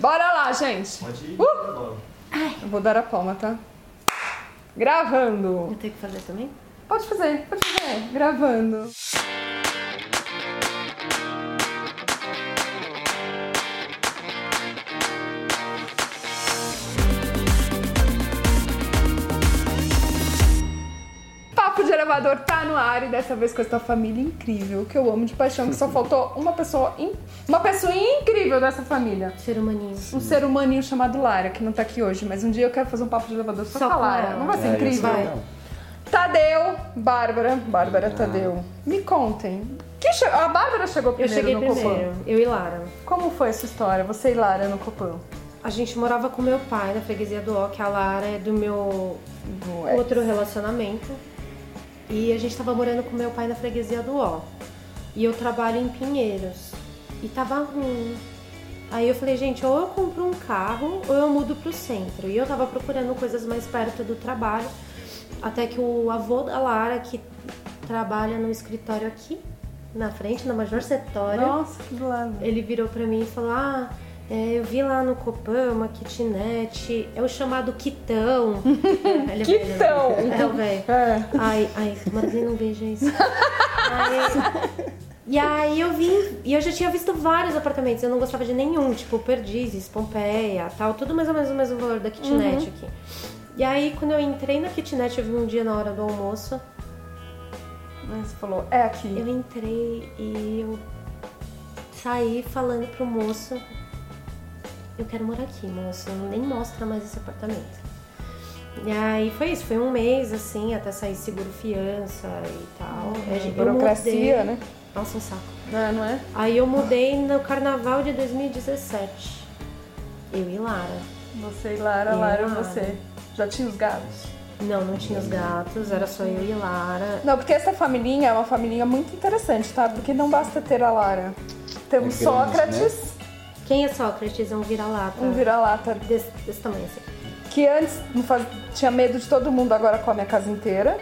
Bora lá, gente. Pode ir. Uh! mano. Eu vou dar a palma, tá? Gravando. Eu tenho que fazer também? Pode fazer, pode fazer. Gravando. Papo de elevador tá no ar e dessa vez com esta família incrível que eu amo de paixão, que só faltou uma pessoa, in- uma pessoa incrível dessa família. Ser humaninho. Um ser humaninho chamado Lara, que não tá aqui hoje, mas um dia eu quero fazer um papo de elevador só, Só com a com Lara. ela. Não vai ser É, incrível? isso aí, Vai. não. Ah. Tadeu, Bárbara, Bárbara Tadeu. Me contem. quem che- A Bárbara chegou Eu primeiro cheguei no primeiro, Copan. eu e Lara. Como foi essa história? Você e Lara no Copan? A gente morava com meu pai na freguesia do O, que a Lara é do meu Do ex. outro relacionamento. E a gente tava morando com meu pai na freguesia do O. E eu trabalho em Pinheiros. E tava ruim. Aí eu falei, gente, ou eu compro um carro ou eu mudo pro centro. E eu tava procurando coisas mais perto do trabalho. Até que o avô da Lara, que trabalha no escritório aqui na frente, na Major Setório. Nossa, que do lado. Ele virou pra mim e falou: Ah, é, eu vi lá no Copan uma kitnet, é o chamado quitão. Ele é velho, né? Quitão. É o velho. É. Ai, ai, mas ele não veja é isso. Aí- e aí eu vim, e eu já tinha visto vários apartamentos, eu não gostava de nenhum, tipo Perdizes, Pompeia, tal, tudo mais ou menos o mesmo valor da kitnet Uhum. aqui. E aí quando eu entrei na kitnet, eu vi um dia na hora do almoço, Mas Você falou, é aqui. eu entrei e eu saí falando pro moço, eu quero morar aqui, moço, nem mostra mais esse apartamento. E aí foi isso, foi um mês assim, até sair seguro fiança e tal. Eu mudei- burocracia, né? Nossa, um saco. Não, não é? Aí eu mudei no carnaval de 2017. Eu e Lara. Você e Lara, Eu e Lara e é Lara. você. Já tinha os gatos? Não, não tinha os gatos, era só eu e Lara. Não, porque essa familhinha é uma familhinha muito interessante, tá? Porque não basta ter a Lara. Temos É grande, Sócrates, Quem é Sócrates? É um vira-lata. um vira-lata, desse, desse tamanho assim. que antes não faz- tinha medo de todo mundo, agora come a casa inteira.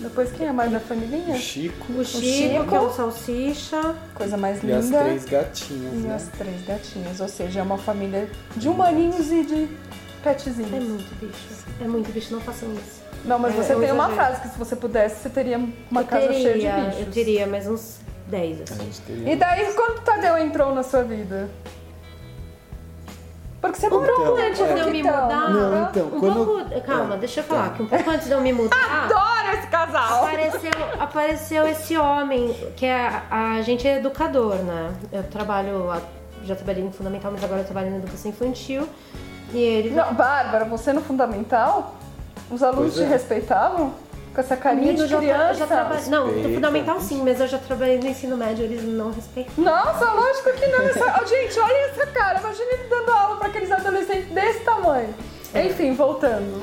Depois quem é mais da familhinha? Chico O Chico, que é o Salsicha. Coisa mais e as linda. três gatinhas, E né? as três gatinhas, ou seja, é uma família de humaninhos e de É petzinhos. muito bicho. É muito bicho, não façam isso. Não, mas É, você eu tem uma exagero. frase que se você pudesse, você teria uma eu casa é teria, cheia de bichos. Eu teria mais uns 10, A assim. gente teria E daí, quando o Tadeu entrou na sua vida? Porque você morou, Então, né? Tipo, Antes de eu me mudar. Não, então, um quando- pouco- Calma, deixa eu falar, que um pouco antes de eu me mudar. Tá. Adoro esse casal! Apareceu, apareceu esse homem, que é, a gente é educador, né? Eu trabalho, a- já trabalhei no fundamental, mas agora eu trabalho na educação infantil. E é ele. Não, Bárbara, você no fundamental, os alunos Pois te é. respeitavam? Com essa carinha Amigo, eu de já tra- eu já criança? trabalhei- Não, no Respeita. fundamental sim, mas eu já trabalhei no ensino médio, eles não respeitam. Nossa, lógico que não. Essa... Ó, Gente, olha essa cara. Imagina ele dando aula pra aqueles adolescentes desse tamanho. É. Enfim, voltando.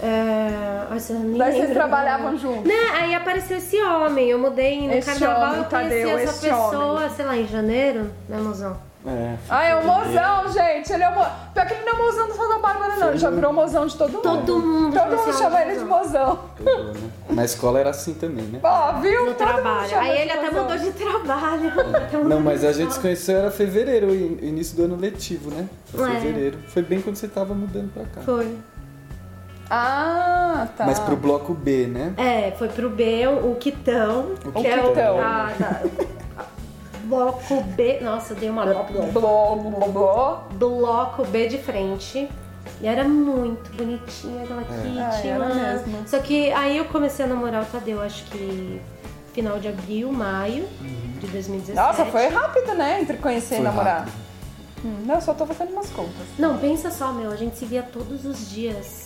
É... Nossa, eu nem Daí vocês lembro. trabalhavam juntos. Né? Aí apareceu esse homem. Eu mudei no Esse carnaval, homem, eu conheci Tadeu, essa esse pessoa, sei lá, em janeiro, né, mozão? É, fica Ah, é o ali. mozão, gente. Ele é o mo... Pior que ele não é o mozão do da Bárbara, não. Ele já virou mozão de todo mundo. Todo mundo assim, "Ah, Todo mundo esse chama homem ele de mozão. Pegou, né? Na escola era assim também, né? Ó, viu? No Todo mundo trabalho. chama Aí ele de até mozão. mudou de trabalho. Até mudou Não, mas de a gente se trabalho. conheceu era fevereiro, in- início do ano letivo, né? Foi É. Fevereiro. Foi bem quando você tava mudando pra cá. Foi. Ah, tá. Mas pro bloco B, né? É, foi pro B, o Quitão. O que é Quitão. o. A, da- bloco B. Nossa, eu dei uma. Bló, bló, bló. bloco B de frente. E era muito bonitinha aquela kit, Ah, era mano. mesmo. Só que aí eu comecei a namorar o Tadeu, acho que final de abril, maio de 2017. Nossa, foi rápido, né? Entre conhecer e Foi namorar. Hum, não, eu só tô fazendo umas contas. Não, pensa só, meu, a gente se via todos os dias.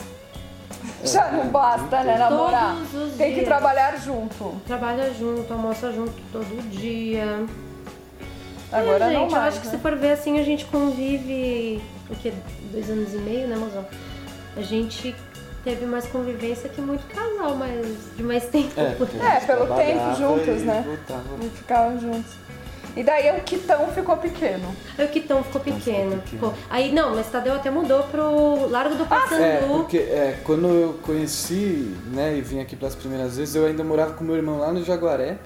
Já não basta, né? Namorar. Todos os Tem que dias. trabalhar junto. Trabalha junto, almoça junto todo dia. Agora é, gente, não eu mais, acho que né? se for ver assim, a gente convive, o quê? Dois anos e meio, né, mozão? A gente teve mais convivência que muito casal, mas de mais tempo. porque É, a gente pelo tempo trabalhava juntos, e né? voltava. E ficavam juntos. E daí o quitão ficou pequeno. Aí o Quitão ficou pequeno. ficou pequeno. Ficou- Aí, não, mas Tadeu até mudou pro Largo do Paissandu. É, porque é, quando eu conheci, né, e vim aqui pelas primeiras vezes, eu ainda morava com meu irmão lá no Jaguaré.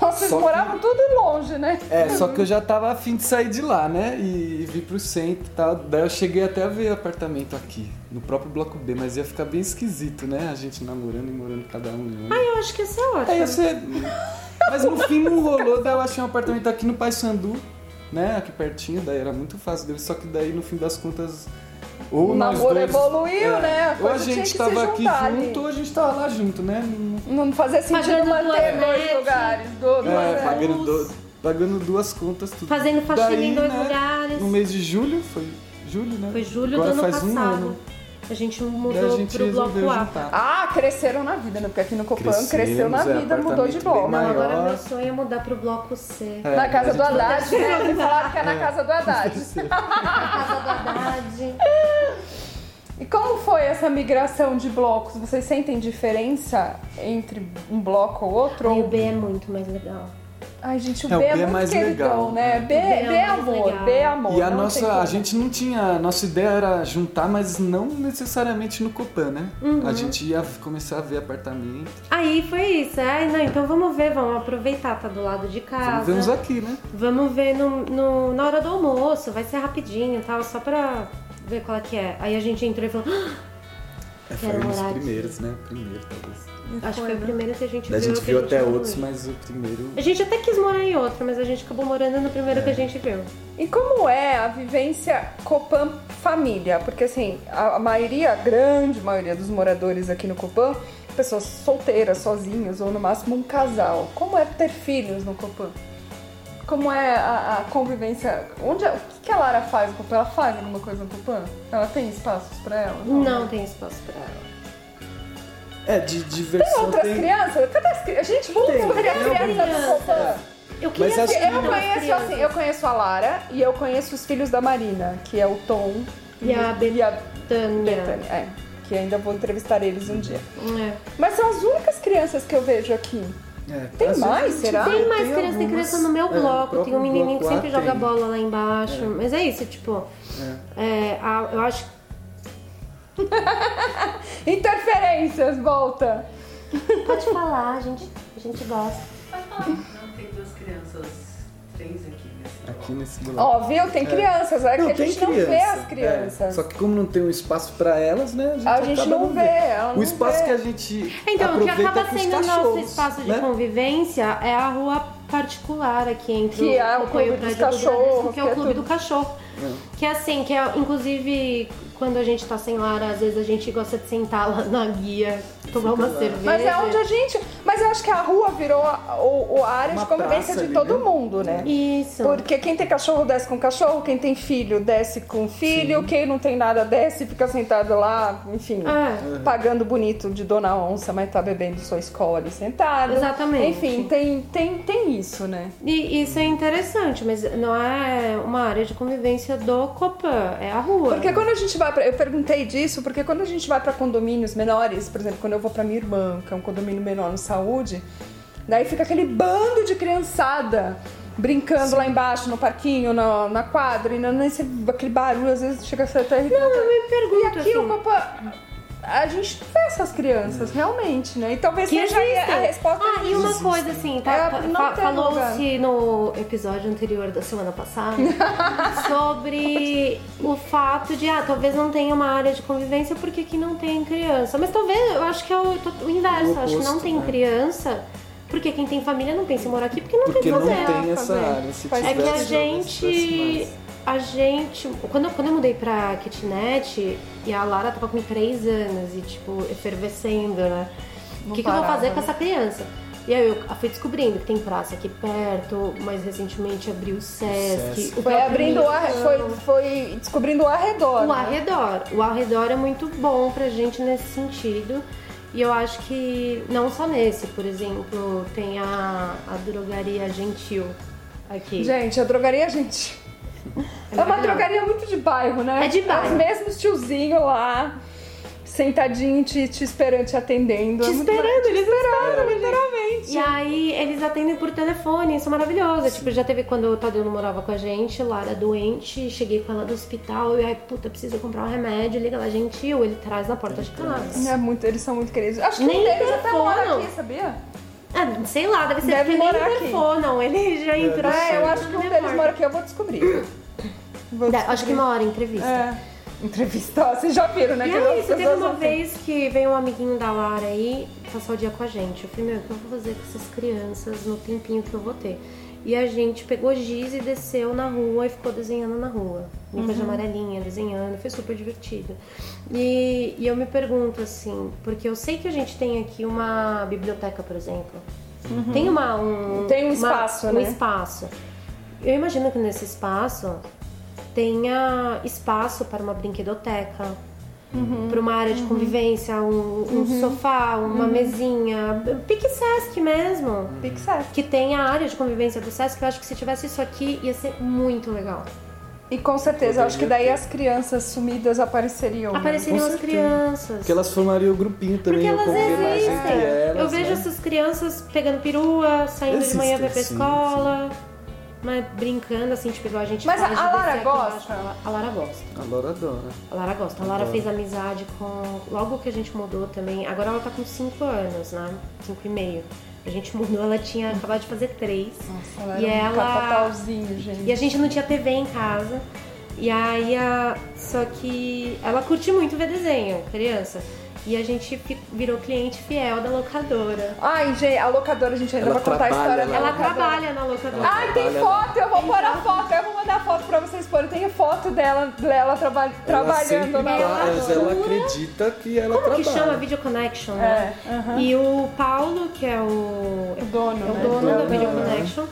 Nossa, vocês Só que- moravam tudo longe, né? É, só que eu já tava afim de sair de lá, né? E, e vir pro centro e tal. Daí eu cheguei até a ver apartamento aqui, no próprio bloco B, mas ia ficar bem esquisito, né? A gente namorando e morando cada um em um. Eu acho que isso é Aí ótimo. você. Mas no fim não rolou, daí eu achei um apartamento aqui no Paysandu, né? Aqui pertinho, daí era muito fácil dele, só que daí no fim das contas. Ou O nós namoro dois- É, evoluiu, né? A Ou a coisa tinha que gente se tava aqui junto, juntar ali. ou a gente tava lá junto, né? Não- Não fazia sentido Pagando manter duas dois né? net. lugares. Do, É, duas- pagando, do- pagando duas contas, tudo. Fazendo faxina Daí, em dois né, lugares. No mês de julho, foi julho, né? Foi julho Agora do ano faz um passado. ano. a gente Daí mudou a gente pro bloco resolveu A. juntar. Ah, cresceram na vida, né? Porque aqui no Copan Crescemos, cresceu na é, vida, mudou de apartamento bem bloco. Não, agora Maior. meu sonho é mudar pro bloco C. É, na casa a do gente- Haddad, né? Me falaram que é na casa do Haddad. A casa do Haddad. E como foi essa migração de blocos? Vocês sentem diferença entre um bloco ou outro? E o B é muito mais legal. Ai, gente, o É, B é, muito mais queridão, legal. né? B, é B é mais amor, legal. B é amor. E a não tem nossa, como. a gente não tinha, a nossa ideia era juntar, mas não necessariamente no Copan, né? Uhum. A gente ia começar a ver apartamento. Aí foi isso. Ai, não, então vamos ver, vamos aproveitar, tá do lado de casa. Vamos ver uns aqui, né? Vamos ver no, no- na hora do almoço, vai ser rapidinho e tal, só pra ver qual é que é. Aí a gente entrou e falou, "Ah!" É, foi Quero um dos morar aqui. primeiros, né? Primeiro, talvez. acho que né?" foi o primeiro que a gente a viu. tipo gente que viu a até não outros, viu. mas o primeiro. A gente até quis morar em outro, mas a gente acabou morando no primeiro que a gente viu. E como é a vivência Copan família? Porque assim, a a maioria, a grande maioria dos moradores aqui no Copan, pessoas solteiras, sozinhas ou no máximo um casal. Como é ter filhos no Copan? Como é a, a convivência? Onde é- o que, que a Lara faz no Copan? Ela faz alguma coisa no Copan? Ela tem espaços pra ela? Não tem espaço pra ela. É, de diversão. Tem outras crianças? Cadê as crianças? Gente, vamos Tem, colocar tem as crianças no crianças. Copan. Eu queria Mas acho ter que- Eu umas conheço crianças. assim, eu conheço a Lara e eu conheço os filhos da Marina, que é o Tom E a e a Tânia. Bethany, é, que ainda vou entrevistar eles um dia. É. Mas são as únicas crianças que eu vejo aqui. É, Tem às vezes mais, a gente será? vê, Tem mais criança, tem algumas- criança no meu é, no bloco, tem próprio um menininho que bloco A sempre joga tem. bola lá embaixo. Mas é isso, tipo, É. é, a- eu acho Interferências, volta! Pode falar, a gente, a gente gosta. Não, tem duas crianças, três aqui assim. nesse Aqui nesse bloco. Ó, viu? Tem crianças, é que a gente não vê as é. crianças. Só que como não tem um espaço pra elas, né? A gente, A gente acaba não vê, ela não O espaço vê. que a gente Então, o que aproveita acaba é com os sendo o nosso cachorros, espaço de né? convivência é a rua particular aqui entre Que é o Copan e Clube dos Prédio do Bradesco, Cachorros, que é que é o Clube tudo. do Cachorro. Que é assim, que é, inclusive, quando a gente tá sem Lara, às vezes a gente gosta de sentar lá na guia, tomar uma cerveja. Mas é onde a gente. Mas eu acho que a rua virou a- o, o área Uma de convivência praça de ali, todo né? mundo, né? Isso. Porque quem tem cachorro desce com cachorro, quem tem filho desce com filho, quem não tem nada desce e fica sentado lá, enfim, É. pagando bonito de dona onça, mas tá bebendo sua escola ali sentado. Exatamente. Enfim, tem, tem, tem isso, né? E isso é interessante, mas não é uma área de convivência do Copan, é a rua. Porque quando a gente vai pra, eu perguntei disso, porque quando a gente vai pra condomínios menores, por exemplo, quando eu vou pra minha irmã, que é um condomínio menor no saúde, daí fica aquele bando de criançada brincando lá embaixo no parquinho, na, na quadra, e não, não, esse- aquele barulho, às vezes chega a ser até irritante. eu me E pergunto aqui o assim, Copa. A gente não vê essas crianças, realmente, né? E talvez Que seja aí a existem. resposta. Ah, e uma coisa assim, tá, É, tá- não fa- tem falou-se no episódio anterior da semana passada sobre o fato de, ah, talvez não tenha uma área de convivência porque aqui não tem criança. Mas talvez, eu acho que é o, to- o inverso, O acho que não oposto, tem né? criança porque quem tem família não pensa em morar aqui porque não Porque tem não fazer. tem essa tipo fazer. área. Se Faz- tivesse, É que a talvez tivesse gente. mais. A gente. Quando, eu- quando eu mudei pra kitnet, e a Lara tava com 3 anos e, tipo, efervescendo, né? O Não que, que eu vou parava, fazer com né? essa criança? E aí eu fui descobrindo que tem praça aqui perto, mais recentemente abriu o Sesc. Sesc. o Foi próprio abrindo o ar, Minhocão. foi, foi descobrindo o arredor. O né? arredor. O arredor é muito bom pra gente nesse sentido. E eu acho que não só nesse, por exemplo, tem a, a drogaria gentil aqui. Gente, a drogaria, gente. É uma maravilhosa. drogaria muito de bairro, né? É de bairro. Os mesmos tiozinhos lá, sentadinho, te, te esperando, te atendendo. Te É muito esperando, mar- te esperando, literalmente. E aí eles atendem por telefone, isso é maravilhoso. Tipo, já teve quando o Tadeu não morava com a gente, Lara doente, cheguei com ela do hospital e aí, puta, preciso comprar um remédio, liga lá, gentil, ele traz na porta de casa. É muito, eles são muito queridos. Acho que Nem um deles até mora telefonam. aqui, sabia? É, Ah, sei lá, deve ser Deve porque nem morar aqui. interfou, não. Ele já não entrou. é, Ah, sei. eu acho que um Não deles importa. mora aqui, eu vou descobrir. Vou Da- Acho que descobrir. uma hora entrevista. É. Entrevistar, vocês já viram, né? E que as é isso, teve pessoas uma não- vez que veio um amiguinho da Lara aí passar o dia com a gente. Eu falei, meu, o que eu vou fazer com essas crianças no tempinho que eu vou ter? E a gente pegou giz e desceu na rua e ficou desenhando na rua. Uma coisa Uhum. amarelinha, desenhando, foi super divertido. E, e eu me pergunto assim, porque eu sei que a gente tem aqui uma biblioteca, por exemplo. Tem uma, um, Tem um uma- espaço, um né? espaço. Eu imagino que nesse espaço tenha espaço para uma brinquedoteca, Uhum. para uma área de convivência, um, um sofá, uma Uhum. mesinha, pique Sesc mesmo. Pixar. Que tenha a área de convivência do Sesc, eu acho que se tivesse isso aqui ia ser muito legal. E com certeza, eu acho que Poderia daí as crianças sumidas apareceriam. né? Apareceriam as certeza. crianças. Porque elas formariam o grupinho também, Porque eu elas convivi mais existem. entre elas. eu vejo né? essas crianças pegando perua, saindo de manhã pra ir pra Existem, sim, escola, mas brincando assim, tipo igual a gente Mas faz. a- de a Lara descer aqui embaixo. gosta? A La- A Lara gosta. A Laura adora. A Lara gosta. A Lara fez amizade com. Logo que a gente mudou também. Agora ela tá com 5 anos, né? 5 e meio. A gente mudou, ela tinha acabado de fazer 3. Nossa, ela E era um ela- catatalzinho, gente. E a gente não tinha TV em casa. E aí, a... só que ela curte muito ver desenho, criança. E a gente fi- virou cliente fiel da locadora. Ai, gente, a locadora, a gente ainda Ela vai contar a história trabalha da lá. Ela locadora. Ah, trabalha na locadora. Ai, tem Trabalha lá. foto, eu vou Tem pôr a foto. foto, eu vou mandar a foto pra vocês porem. Tem foto dela, dela traba- trabalhando ela na sempre tá, mas locadora. ela acredita que ela Como trabalha. que chama Video Connection, né? É, aham. E o Paulo, que é o. O dono, é o né? dono da Dono, Video né? Connection,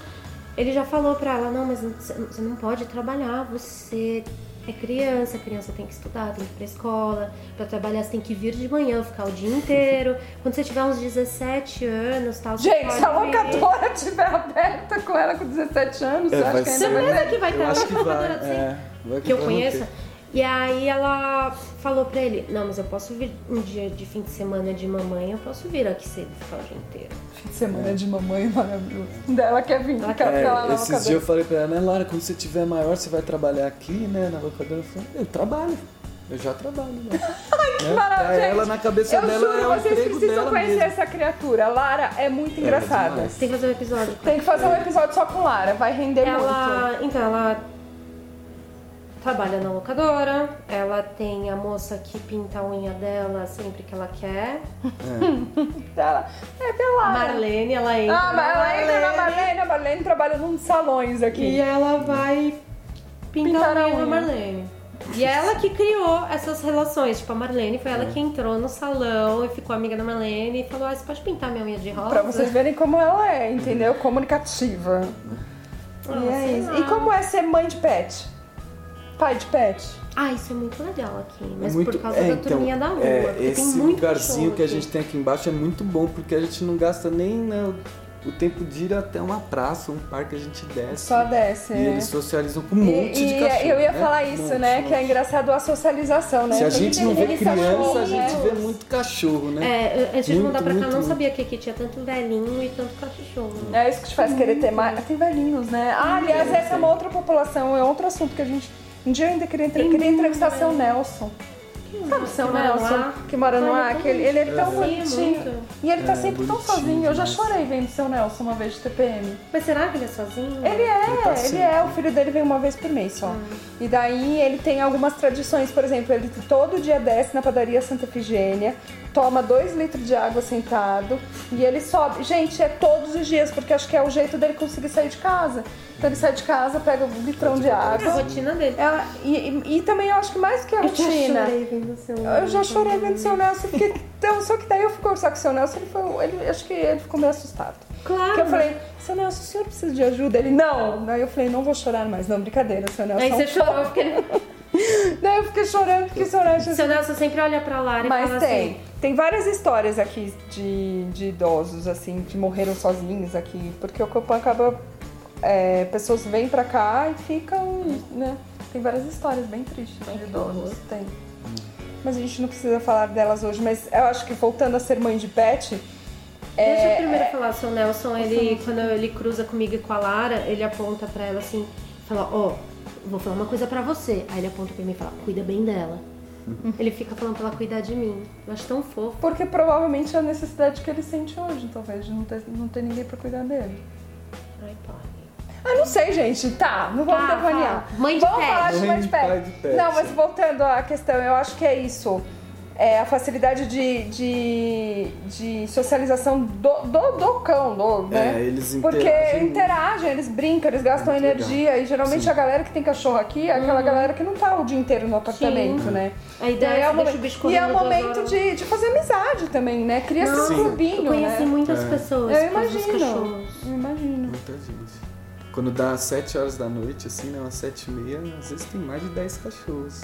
ele já falou pra ela, não, mas você não pode trabalhar, você é criança, a criança tem que estudar, tem que ir pra escola, pra trabalhar você tem que vir de manhã, ficar o dia inteiro. Quando você tiver uns 17 anos, tal, você Gente, tá pode se a vir." locadora tiver aberta com ela com 17 anos, É, eu acho vai que ser. ainda vai Certeza ter. que vai ter Eu uma acho que vai. locadora assim É, vai que eu vai conheça. manter. E aí ela falou pra ele, não, mas eu posso vir um dia de fim de semana de mamãe, eu posso vir aqui cedo e ficar o dia inteiro. Fim de semana de mamãe é maravilhoso. Dela quer vir, Ela quer quer. ficar lá É, na esses dias locadora. eu falei pra ela, né, Lara, quando você tiver maior, você vai trabalhar aqui, né, na locadora. Eu falei, eu trabalho. Eu já trabalho, né? Ai, que maravilha, gente. Ela na cabeça Eu dela juro, é o vocês emprego precisam dela conhecer mesmo. essa criatura. A Lara é muito engraçada. demais. Tem que fazer um episódio Tem que fazer um episódio só com Lara, vai render muito. Ela, então, ela trabalha na locadora, ela tem a moça que pinta a unha dela sempre que ela quer. Ela é pela A Lara. Marlene, ela entra. Ah, mas ela entra na Ah, Marlene Marlene, a Marlene trabalha num dos salões E aqui. ela vai pintar, Pintar a a unha da unha. Marlene. E ela que criou essas relações. Tipo, a Marlene foi ela É. que entrou no salão e ficou amiga da Marlene e falou: Ah, você pode pintar minha unha de rosa? Pra vocês verem como ela é, entendeu? Comunicativa. e é sei isso. lá. E como é ser mãe de pet? Pai de pet? Ah, isso é muito legal aqui. Mas muito, por causa é, da então, turminha da rua. é, porque tem esse muito lugarzinho cachorro que a aqui. gente tem aqui embaixo é muito bom, porque a gente não gasta nem né, o o tempo de ir até uma praça, um parque, a gente desce. Só desce, E né? eles socializam com um E- monte e de é, cachorro. eu ia né? falar Um isso, monte, né? um Que é monte. engraçado a socialização, né? Se a Porque gente não tem vê aquele cachorro, criança, a né? gente vê muito cachorro, né? É, eu- antes de Muito, mandar pra cá, muito, não muito. sabia que aqui tinha tanto velhinho e tanto cachorro. É isso que te faz querer ter mais. Tem velhinhos, né? Ah, aliás, essa é uma outra população, é outro assunto que a gente. Um dia eu ainda queria, entre... Tem queria muito, entrevistar né? seu Nelson. Sabe o seu Que mora no Nelson? ar. Que mora no Ai, ar. eu que Ele, ele é tão Sim, bonitinho. muito. E ele tá É, sempre tão bonitinho sozinho. Eu já demais. chorei vendo seu Nelson uma vez de TPM. Mas será que ele é sozinho? Ele é, Ele tá ele, sempre. é. O filho dele vem uma vez por mês só. E daí ele tem algumas tradições. Por exemplo, ele todo dia desce na padaria Santa Efigênia, toma dois litros de água sentado e ele sobe. Gente, é todos os dias, porque acho que é o jeito dele conseguir sair de casa. Então ele sai de casa, pega um litrão de É a água. rotina dele. Ela- e, e- e também eu acho que mais que a rotina. vendo o seu Eu já chorei vendo o seu Nelson, porque. Então, só que daí eu fui conversar com o seu Nelson, ele foi. Ele, acho que ele ficou meio assustado. Claro. Porque eu falei, seu Nelson, o senhor precisa de ajuda? Ele, não! Daí eu falei, não vou chorar mais, não, brincadeira, seu Nelson. Aí você chorou, porque ele... assim, Daí eu fiquei chorando, porque o seu Nelson. seu Nelson sempre olha pra Lara e fala Mas tem. assim... Tem várias histórias aqui de, de idosos, assim, que morreram sozinhos aqui. Porque o Copan acaba. é, pessoas vêm pra cá e ficam, né? Tem várias histórias bem tristes de idosos. Tem. Mas a gente não precisa falar delas hoje. Mas eu acho que voltando a ser mãe de pet. é, Deixa eu primeiro falar, seu Nelson, ele, quando ele cruza comigo e com a Lara, ele aponta pra ela assim, fala, ó, vou falar uma coisa pra você. Aí ele aponta pra mim e fala, cuida bem dela. Uhum. Ele fica falando pra ela cuidar de mim. Eu acho tão fofo. Porque provavelmente é a necessidade que ele sente hoje, talvez, de não ter, não ter ninguém pra cuidar dele. Ai, pai. Ah, não sei, gente. Tá, não vamos Tá, devanear. fala. Mãe de vamos pet. falar de Mãe mãe de assim. de pai de pet. pet. Não, mas voltando à questão, eu acho que é isso. É a facilidade de, de, de socialização do, do, do cão, do, né? É, eles Porque interagem interagem, eles brincam, eles gastam Muito energia. E geralmente Sim. a galera que tem cachorro aqui é aquela Uhum. galera que não tá o dia inteiro no apartamento, né? A E aí ideia é é o você deixa o momento, bicho e é o correndo duas momento horas. de, de fazer amizade também, né? Cria-se Sim. um Eu clubinho, conheci né? muitas É. pessoas Eu por causa dos imagino. cachorros. Eu imagino. Muita gente. Quando dá 7 horas da noite, assim, né? Umas 7 e meia, às vezes tem mais de 10 cachorros.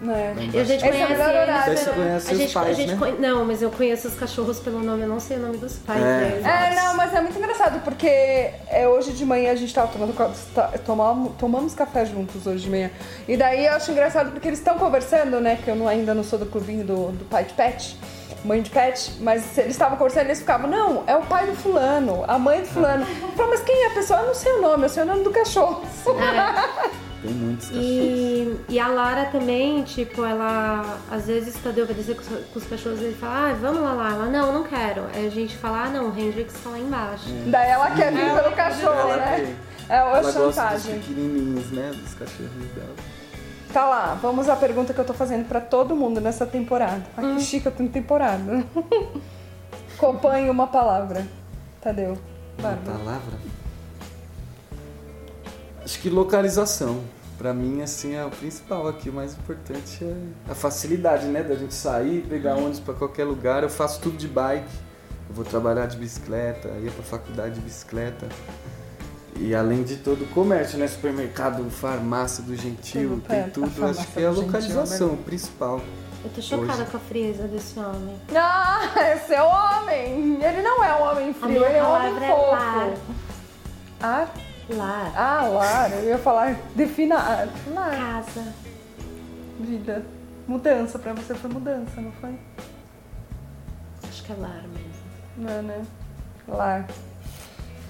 Né? E a Esse gente é o conhece melhor eles horário, pelo- né? Você conhece a os gente, a pais, gente né? conhe- Não, mas eu conheço os cachorros pelo nome, eu não sei o nome dos pais É. deles. É, não, mas é muito engraçado, porque é, hoje de manhã a gente tava tomando ca- ta- tomamos, tomamos café juntos hoje de manhã. E daí eu acho engraçado porque eles estão conversando, né? Que eu não- ainda não sou do clubinho do, do pai de pet, mãe de pet, mas eles estavam conversando e eles ficavam, não, é o pai do fulano, a mãe do fulano. Eu falava, mas quem é a pessoa? Eu não sei o nome, eu sei o nome do cachorro. Tem muitos cachorros. É. E, e a Lara também, tipo, ela às vezes Tadeu vai descer com os, com os cachorros e ele fala, ah, vamos lá, Lara. Ela, Não, não quero. Aí a gente fala, ah, não, o Hendrix tá lá embaixo. Daí ela quer vir é pelo cachorro, Ela né? tem- É o Ela gosta dos chantagem. pequenininhos, né? Dos cachorrinhos dela. Tá lá, vamos à pergunta que eu tô fazendo pra todo mundo nessa temporada. Ai, Hum. que chique, eu tenho temporada. Copan em uma palavra. Tadeu. Uma Bárbara. palavra? Acho que localização. Pra mim, assim, é o principal aqui. O mais importante é a facilidade, né? Da gente sair, pegar Uhum. ônibus pra qualquer lugar. Eu faço tudo de bike. Eu vou trabalhar de bicicleta, ia pra faculdade de bicicleta. E além de todo o comércio, né? Supermercado, farmácia do gentil, Tudo, é, tem a tudo. farmácia Acho que é a do gentil, localização principal. Eu tô chocada Hoje. com a frieza desse homem. Ah, esse é o homem! Ele não é um homem A frio, minha ele é um homem palavra é fofo. lar. Ar? Lar. Ah, lar. Eu ia falar, defina ar. Lar. Casa. Vida. Mudança, pra você foi mudança, não foi? Acho que é lar mesmo. Não, né? Lar.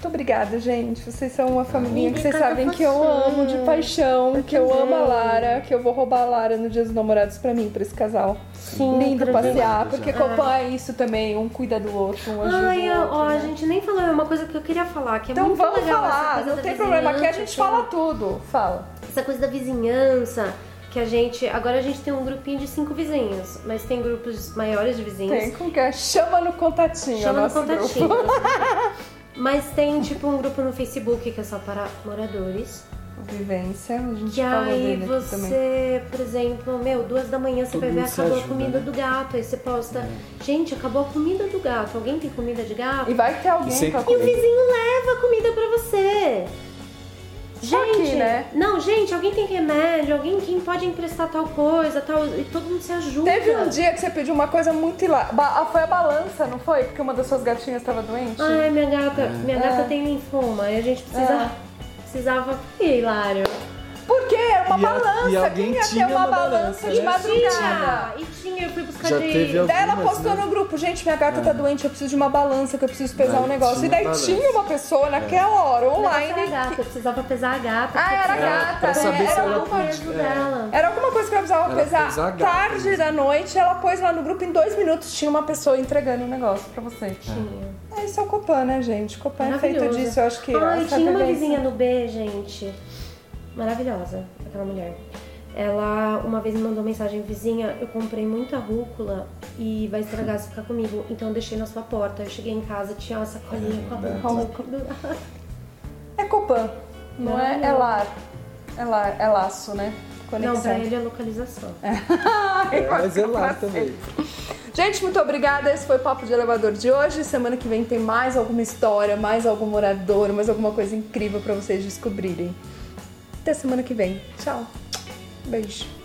Muito obrigada, gente. Vocês são uma família que vocês Obrigada sabem a que eu você. amo de paixão, que eu também. amo a Lara, que eu vou roubar a Lara no Dia dos Namorados pra mim, pra esse casal. Sim, Ah. Lindo passear, Verdade, porque já. Copan é isso também, um cuida do outro, um ajuda Ai, o ó, outro. ó, né? a gente nem falou, é uma coisa que eu queria falar, que é Então muito vamos legal essa falar, coisa não da tem problema, aqui a gente vizinhança, fala tudo. Fala. essa coisa da vizinhança, que a gente. Agora a gente tem um grupinho de cinco vizinhos, mas tem grupos maiores de vizinhos. Tem, como que é? Chama no contatinho. Chama o no nosso contatinho. grupo. mas tem tipo um grupo no Facebook que é só para moradores. Vivência, a gente E Hum, fala aí dele aqui também. você, por exemplo, meu, duas da manhã você Todo vai ver, mundo se acabou a ajuda, comida né? É. do gato. Aí você posta, gente, acabou a comida do gato. Alguém tem comida de gato? E vai ter E alguém sempre pra tem. E o vizinho leva a comida pra você. Só Gente, que, né? não, gente, alguém tem remédio, alguém quem pode emprestar tal coisa, tal, e todo mundo se ajuda. Teve um dia que você pediu uma coisa muito hilária. Ba- ah, Foi a balança, não foi? Porque uma das suas gatinhas estava doente? Ai, minha gata, minha gata É. tem linfoma, e a gente precisava, precisava, Ih, Hilário. Por quê? Era uma E a- balança. e alguém Quem ia ter tinha uma uma balança balança, de né? madrugada? E tinha, eu fui buscar Já de... teve algum- Daí ela Algumas, postou né? no grupo, gente, minha gata É. tá doente, eu preciso de uma balança, que eu preciso pesar Daí um negócio. tinha E daí É, uma tinha balança. É. uma pessoa naquela hora, Não, online. era a gata, que- eu precisava pesar a gata. Ah, era a porque Era gata, pra né? saber se Era ela é. alguma podia- peso dela. Era alguma coisa que ela precisava Era pesar pesar a gata né? tarde mesmo. da noite, ela pôs lá no grupo, em dois minutos tinha uma pessoa entregando o negócio pra você. Tinha. É, isso é o Copan, né, gente? Copan é feito Maravilhoso. disso, eu acho que. Ai, essa é tinha uma vivência- vizinha no B, gente. Maravilhosa, aquela mulher. Ela uma vez me mandou mensagem, vizinha, eu comprei muita rúcula e vai estragar se ficar comigo, então eu deixei na sua porta. Eu cheguei em casa, tinha uma sacolinha com a verdade. rúcula. É Copan, não é? É Maravilhoso. lar. É lar, é laço, né? Não, Conexão. pra ele é localização. Ai, É, mas é lá pra também. Gente, muito obrigada. Esse foi o Papo de Elevador de hoje. Semana que vem tem mais alguma história, mais algum morador, mais alguma coisa incrível pra vocês descobrirem. Até semana que vem. Tchau. Beijo.